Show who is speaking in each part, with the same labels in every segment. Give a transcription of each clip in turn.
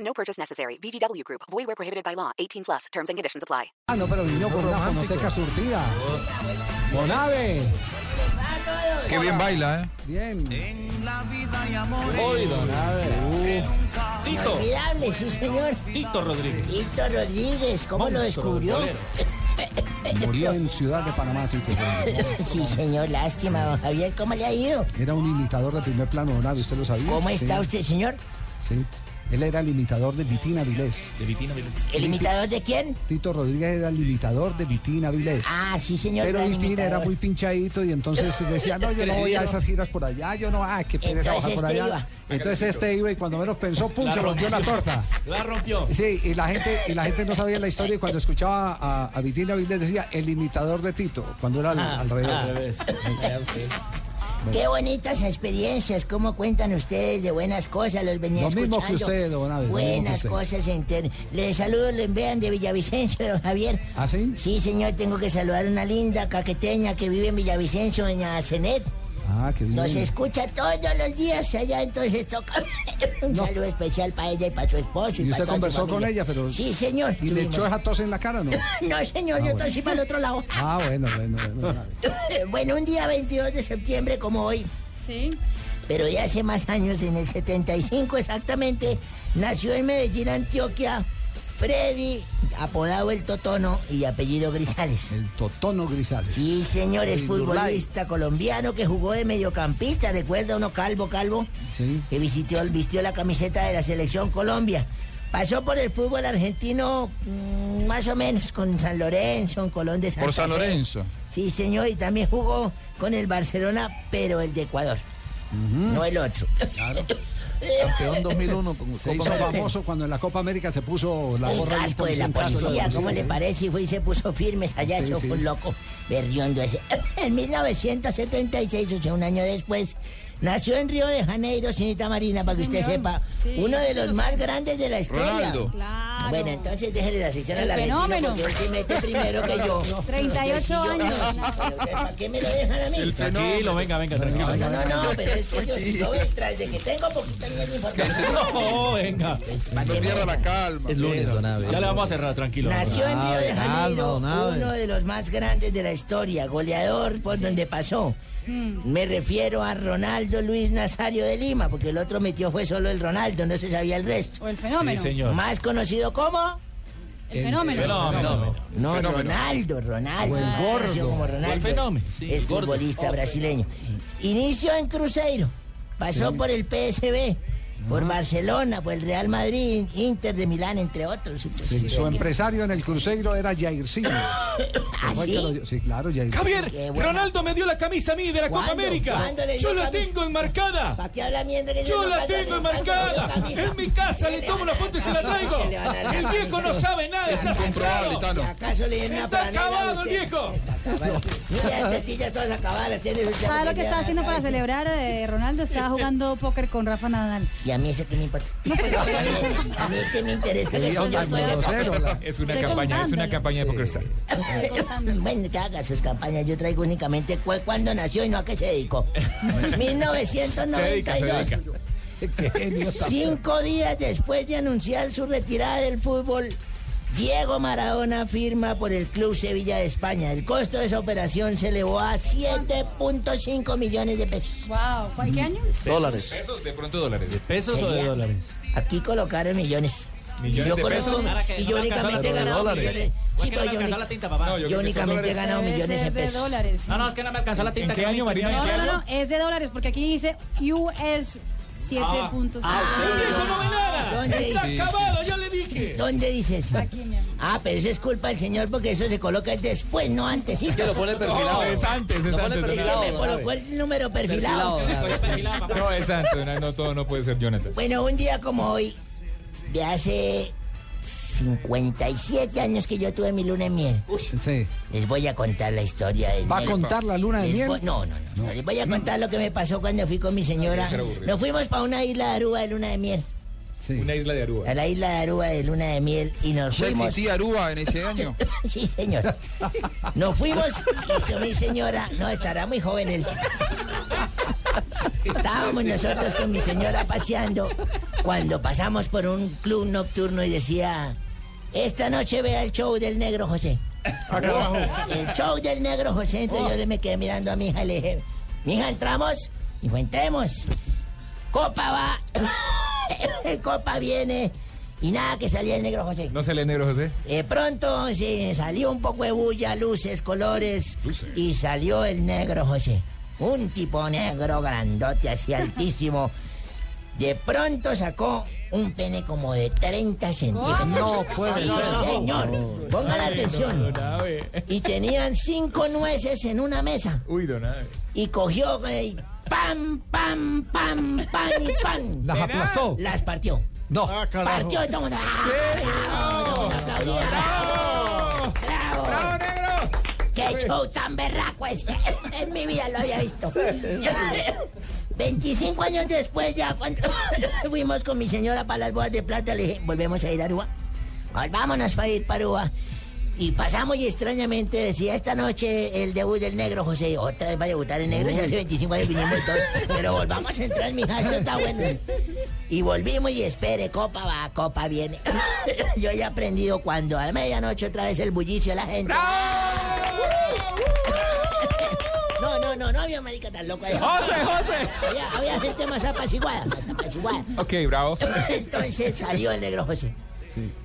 Speaker 1: No purchase necessary. VGW Group. Void where prohibited by law. 18 plus. Terms and conditions apply.
Speaker 2: Ah, no, pero vino con una fonoteca surtida. Monave.
Speaker 3: Qué bien baila, ¿eh?
Speaker 2: Bien.
Speaker 4: Tito,
Speaker 5: Inolvidable, sí, señor.
Speaker 4: Tito Rodríguez.
Speaker 5: Tito Rodríguez, ¿cómo lo descubrió?
Speaker 4: bolero.
Speaker 2: Murió en Ciudad de Panamá, sí, que-
Speaker 5: Sí, señor, lástima, don Javier, ¿cómo le ha ido?
Speaker 2: Era un imitador de primer plano, Monave, ¿usted lo sabía?
Speaker 5: ¿Cómo está
Speaker 2: Sí,
Speaker 5: usted, señor?
Speaker 2: Sí. Él era el imitador de Vitina Vilés.
Speaker 4: De Vitina, Vitina.
Speaker 5: ¿El imitador de quién?
Speaker 2: Tito Rodríguez era el imitador de Vitina Vilés.
Speaker 5: Ah, sí, señor,
Speaker 2: Pero
Speaker 5: gran
Speaker 2: Vitina era
Speaker 5: imitador.
Speaker 2: muy pinchadito y entonces decía, no, yo no voy a esas giras por allá, yo no, ah, qué pereza
Speaker 5: Entonces
Speaker 2: bajar por
Speaker 5: este
Speaker 2: allá. Entonces este iba y cuando menos pensó, pum,
Speaker 4: La
Speaker 2: se rompió la
Speaker 4: rompió.
Speaker 2: torta.
Speaker 4: La rompió.
Speaker 2: Sí, y la gente, y la gente no sabía la historia y cuando escuchaba a, a Vitina Vilés decía el imitador de Tito, cuando era al,
Speaker 5: Ah,
Speaker 2: al revés.
Speaker 5: Qué bonitas experiencias, cómo cuentan ustedes de buenas cosas, los venía
Speaker 2: Lo
Speaker 5: escuchando.
Speaker 2: mismo que usted, don Aves, lo mismo que
Speaker 5: Buenas
Speaker 2: usted.
Speaker 5: cosas en ter- Les saludo, les vean de Villavicencio, don Javier.
Speaker 2: ¿Ah, sí?
Speaker 5: Sí, señor, tengo que saludar a una linda caqueteña que vive en Villavicencio, doña Cenet.
Speaker 2: Ah, qué bien.
Speaker 5: Nos escucha todos los días allá, entonces toca un saludo especial para ella y para su esposo.
Speaker 2: ¿Y
Speaker 5: para
Speaker 2: usted
Speaker 5: toda su
Speaker 2: conversó con
Speaker 5: familia.
Speaker 2: ella, pero-
Speaker 5: Sí, señor.
Speaker 2: ¿Y le
Speaker 5: tuvimos-
Speaker 2: echó esa Ah, tos en la cara no?
Speaker 5: No, señor, yo estoy para el otro lado.
Speaker 2: Ah, bueno, bueno, bueno. don Aves.
Speaker 5: bueno, un día 22 de septiembre como hoy,
Speaker 6: Sí,
Speaker 5: pero ya hace más años, en el 75 exactamente, nació en Medellín, Antioquia, Freddy, apodado El Totono y de apellido Grisales.
Speaker 2: El Totono Grisales.
Speaker 5: Sí, señor, es
Speaker 2: El
Speaker 5: futbolista colombiano que jugó de mediocampista. Recuerda uno calvo, calvo,
Speaker 2: Sí.
Speaker 5: que visitó, vistió la camiseta de la selección Colombia. Pasó por el fútbol argentino mm, más o menos con San Lorenzo, en Colón de Santa
Speaker 3: Por San
Speaker 5: Fe.
Speaker 3: Lorenzo.
Speaker 5: Sí, señor, y también jugó con el Barcelona, pero el de Ecuador, no el otro.
Speaker 7: Campeón 2001 con
Speaker 2: Se hizo famoso cuando en la Copa América se puso la
Speaker 5: El
Speaker 2: gorra y un
Speaker 5: casco de la
Speaker 2: camisón, casco de
Speaker 5: policía, ¿cómo le
Speaker 2: sí.
Speaker 5: parece? Y fue y se puso firmes allá,
Speaker 2: Sí,
Speaker 5: eso
Speaker 2: sí.
Speaker 5: fue un loco, berriondo ese. En 1976, o sea, un año después, nació en Río de Janeiro, señorita Marina, para que usted
Speaker 6: señor.
Speaker 5: sepa,
Speaker 6: Sí,
Speaker 5: uno de
Speaker 6: sí
Speaker 5: los
Speaker 6: lo
Speaker 5: más grandes de la historia.
Speaker 3: Ronaldo.
Speaker 6: claro.
Speaker 5: Bueno, entonces déjele la sección
Speaker 6: El
Speaker 5: al argentino
Speaker 6: fenómeno.
Speaker 5: porque él se mete primero que yo.
Speaker 6: 38
Speaker 5: Yo sí, yo-
Speaker 6: años.
Speaker 5: ¿Para qué me lo dejan a mí?
Speaker 4: Tranquilo, venga, venga, tranquilo.
Speaker 5: No, no, no, pero es que yo, yo voy tras de que tengo poquita mierda de información.
Speaker 4: No, venga.
Speaker 5: ¿Para qué me
Speaker 3: Pierda
Speaker 5: dejan?
Speaker 3: la calma.
Speaker 7: Es lunes, don Abe.
Speaker 4: Ya le vamos a cerrar, tranquilo.
Speaker 5: Nació en Río de
Speaker 7: calma,
Speaker 5: Janeiro,
Speaker 7: don Abe.
Speaker 5: uno de los más grandes de la historia, goleador por donde pasó. Me refiero a Ronaldo Luis Nazario de Lima, porque el otro metió fue solo el Ronaldo, no se sabía el resto.
Speaker 6: O el fenómeno.
Speaker 4: Sí,
Speaker 2: Ah.
Speaker 4: señor.
Speaker 5: Más conocido como...
Speaker 6: El fenómeno.
Speaker 4: Fenómeno.
Speaker 5: No,
Speaker 3: Fenómeno.
Speaker 5: Ronaldo, Ronaldo.
Speaker 2: O el
Speaker 5: más conocido
Speaker 2: gordo.
Speaker 5: como
Speaker 4: O el
Speaker 5: Ronaldo.
Speaker 4: fenómeno, sí,
Speaker 5: es
Speaker 4: el gordo.
Speaker 5: futbolista brasileño. Inicio en Cruzeiro. Pasó por el PSB,
Speaker 2: Ah.
Speaker 5: por Barcelona, por el Real Madrid, Inter de Milán, entre otros.
Speaker 2: Sí, su empresario en el Cruzeiro era Jairzinho.
Speaker 5: ¿Ah,
Speaker 2: Fue el que
Speaker 5: sí?
Speaker 2: lo- Sí, claro, Jairzinho.
Speaker 5: Qué
Speaker 4: Javier,
Speaker 5: bueno.
Speaker 4: Ronaldo me dio la camisa a mí de la Copa
Speaker 5: ¿Cuándo?
Speaker 4: América.
Speaker 5: ¿Cuándo le dio
Speaker 4: Yo la
Speaker 5: camisa?
Speaker 4: tengo enmarcada.
Speaker 5: ¿Para qué habla mierda que yo,
Speaker 4: Yo
Speaker 5: no
Speaker 4: la
Speaker 5: paso
Speaker 4: tengo
Speaker 5: de-
Speaker 4: enmarcada.
Speaker 5: camisa?
Speaker 4: En mi casa
Speaker 5: ¿Qué
Speaker 4: le
Speaker 5: le
Speaker 4: tomo
Speaker 5: van a
Speaker 4: la foto y
Speaker 5: dar
Speaker 4: se la
Speaker 5: camisa?
Speaker 4: traigo.
Speaker 5: ¿Qué le van a dar
Speaker 4: El
Speaker 5: camisa?
Speaker 4: viejo no sabe nada,
Speaker 3: Es
Speaker 4: está
Speaker 3: incomprobable,
Speaker 4: frustrado.
Speaker 3: Tano.
Speaker 5: ¿Acaso le dieron una
Speaker 4: Está
Speaker 5: franela a
Speaker 4: acabado el
Speaker 5: usted?
Speaker 4: viejo.
Speaker 5: Mira, estas tillas todas acabadas las tiene usted.
Speaker 6: ¿Sabe Ah, lo que está
Speaker 5: Ya,
Speaker 6: haciendo para
Speaker 5: ya.
Speaker 6: celebrar? eh, Ronaldo está jugando póker con Rafa Nadal.
Speaker 5: Y a mí eso que me importa.
Speaker 6: No, pues,
Speaker 5: A mí- a mí que me interesa. que
Speaker 2: Sí,
Speaker 5: eso ya
Speaker 2: tan
Speaker 5: fue acá.
Speaker 2: grosero, la-
Speaker 8: Es una campaña, es
Speaker 6: Estoy contándole.
Speaker 8: una campaña de Pokerstar.
Speaker 6: Estoy contando.
Speaker 5: Bueno, que haga sus campañas. Yo traigo únicamente cu- cuándo nació y no a qué se dedicó. 1992.
Speaker 2: Qué genio tan-
Speaker 5: Cinco días después de anunciar su retirada del fútbol, Diego Maradona firma por el Club Sevilla de España. El costo de esa operación se elevó a 7.5 millones de pesos.
Speaker 6: Wow, ¿cuál- ¿qué año?
Speaker 7: Dólares.
Speaker 8: Pesos, de pronto dólares.
Speaker 4: ¿Pesos o de
Speaker 5: Sería-
Speaker 4: dólares?
Speaker 5: Aquí colocaron millones.
Speaker 8: Millones
Speaker 5: yo
Speaker 8: de
Speaker 5: conozco-
Speaker 8: pesos.
Speaker 4: Ahora que
Speaker 5: y
Speaker 4: no
Speaker 5: yo
Speaker 4: me
Speaker 5: únicamente he
Speaker 4: alcanzaron
Speaker 5: ganado
Speaker 7: los dólares.
Speaker 5: millones. Sí,
Speaker 4: que no
Speaker 5: pero
Speaker 4: me
Speaker 5: yo
Speaker 4: alcanzó
Speaker 5: únic-
Speaker 4: la tinta, papá.
Speaker 8: No, yo
Speaker 5: yo
Speaker 8: creo que son
Speaker 5: únicamente he
Speaker 8: dólares.
Speaker 5: ganado
Speaker 6: Debe
Speaker 5: millones de
Speaker 6: ser de
Speaker 5: pesos.
Speaker 6: dólares.
Speaker 4: No, no, es que no me alcanzó la
Speaker 8: ¿En
Speaker 4: tinta.
Speaker 8: qué
Speaker 4: que
Speaker 8: año,
Speaker 4: me
Speaker 8: Marina?
Speaker 4: tenía
Speaker 8: ¿En
Speaker 6: No,
Speaker 8: qué
Speaker 4: que-
Speaker 6: no,
Speaker 8: año?
Speaker 6: no, es de dólares, porque aquí dice US 7.5.
Speaker 4: ¡Viejo, no me nada!
Speaker 5: ¿Dónde
Speaker 4: ¡Está
Speaker 5: dice?
Speaker 4: acabado, yo le dije!
Speaker 5: ¿Dónde dice eso?
Speaker 6: Aquí, mi amor.
Speaker 5: Ah, pero eso es culpa del señor porque eso se coloca después, no antes. ¿sí?
Speaker 7: Que lo pone perfilado.
Speaker 8: No, es antes, es
Speaker 7: Lo pone
Speaker 8: antes,
Speaker 5: Es que
Speaker 7: perfilado.
Speaker 5: me
Speaker 7: don
Speaker 5: colocó
Speaker 7: Abe.
Speaker 5: el número
Speaker 7: Perfilado,
Speaker 5: perfilado.
Speaker 4: Pues,
Speaker 7: don Abe.
Speaker 4: Perfilado, papá.
Speaker 8: No, es santo, no, no, todo no puede ser Jonathan.
Speaker 5: Bueno, un día como hoy, de hace 57 años que yo tuve mi luna de miel.
Speaker 2: Sí.
Speaker 5: Les voy a contar la historia de
Speaker 2: ¿Va a contar la luna de
Speaker 5: Les voy-
Speaker 2: miel?
Speaker 5: No, no, no, no. Les voy a contar lo que me pasó cuando fui con mi
Speaker 2: Ah,
Speaker 5: señora. Nos fuimos para una isla de Aruba de luna de miel.
Speaker 2: Sí.
Speaker 3: Una isla de Aruba.
Speaker 5: A la isla de Aruba de luna de miel y nos
Speaker 3: ¿Ya
Speaker 5: fuimos.
Speaker 3: existía Aruba en ese año?
Speaker 5: Sí, señor. Nos fuimos y mi señora. No, estará muy joven él. Estábamos nosotros con mi señora paseando cuando pasamos por un club nocturno y decía, esta noche vea el show del negro José. Abajo, El show del negro José. Entonces yo le me quedé mirando a mi hija y le dije, mija, ¿entramos? Dijo, entremos. Copa va, Copa viene. Y nada, que salía el negro José.
Speaker 3: ¿No se lee negro, José?
Speaker 5: De pronto se salió un poco de bulla, luces, colores y salió el negro José. Un tipo negro grandote, así altísimo. De pronto sacó un pene como de 30 centímetros.
Speaker 2: No puede
Speaker 5: Sí,
Speaker 2: ser.
Speaker 5: señor. Pongan atención. Y tenían cinco nueces en una mesa
Speaker 3: Uy, donave.
Speaker 5: y cogió eh, y pam, pam, pam, pam y pam.
Speaker 2: Las aplastó.
Speaker 5: Las partió.
Speaker 2: No.
Speaker 5: Partió y todo el mundo. ¡ah! Bravo, todo el mundo aplaudía. ¡Bravo! ¡Bravo!
Speaker 3: negro!
Speaker 5: ¡Qué show tan berraco es! En mi vida lo había visto. 25 años después, ya cuando fuimos con mi señora para las bodas de plata, le dije, volvemos a ir a Aruba. Volvámonos para ir para Aruba. Y pasamos y extrañamente decía esta noche el debut del negro, José. Otra vez va a debutar el negro, si hace 25 años vinimos y todo. Pero volvamos a entrar, mija, eso está bueno. Y volvimos y espere, copa va, copa viene. Yo ya he aprendido cuando a la medianoche otra vez el bullicio de la gente. No, no, no, no había marica tan loco allá.
Speaker 3: ¡José, José!
Speaker 5: Había, había gente más apaciguada, más apaciguada.
Speaker 3: Ok, bravo.
Speaker 5: Entonces salió el negro José.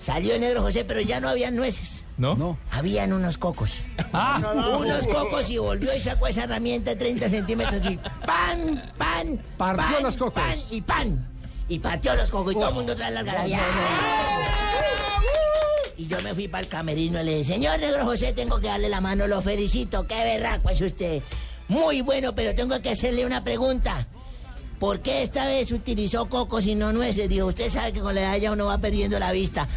Speaker 5: Salió el negro José, pero ya no había nueces.
Speaker 3: ¿No?
Speaker 2: No.
Speaker 5: Habían unos cocos.
Speaker 2: Ah.
Speaker 5: unos cocos y volvió y sacó esa herramienta de 30 centímetros y pan, pan,
Speaker 2: Partió
Speaker 5: pan,
Speaker 2: los cocos.
Speaker 5: pan y pan. Y partió los cocos y todo el mundo trae las galerías. Y yo me fui para el camerino y le dije, señor negro José, tengo que darle la mano, lo felicito, qué berraco es usted. Muy bueno, pero tengo que hacerle una pregunta. ¿Por qué esta vez utilizó cocos y no nueces? Dijo, usted sabe que con la edad ya uno va perdiendo la vista.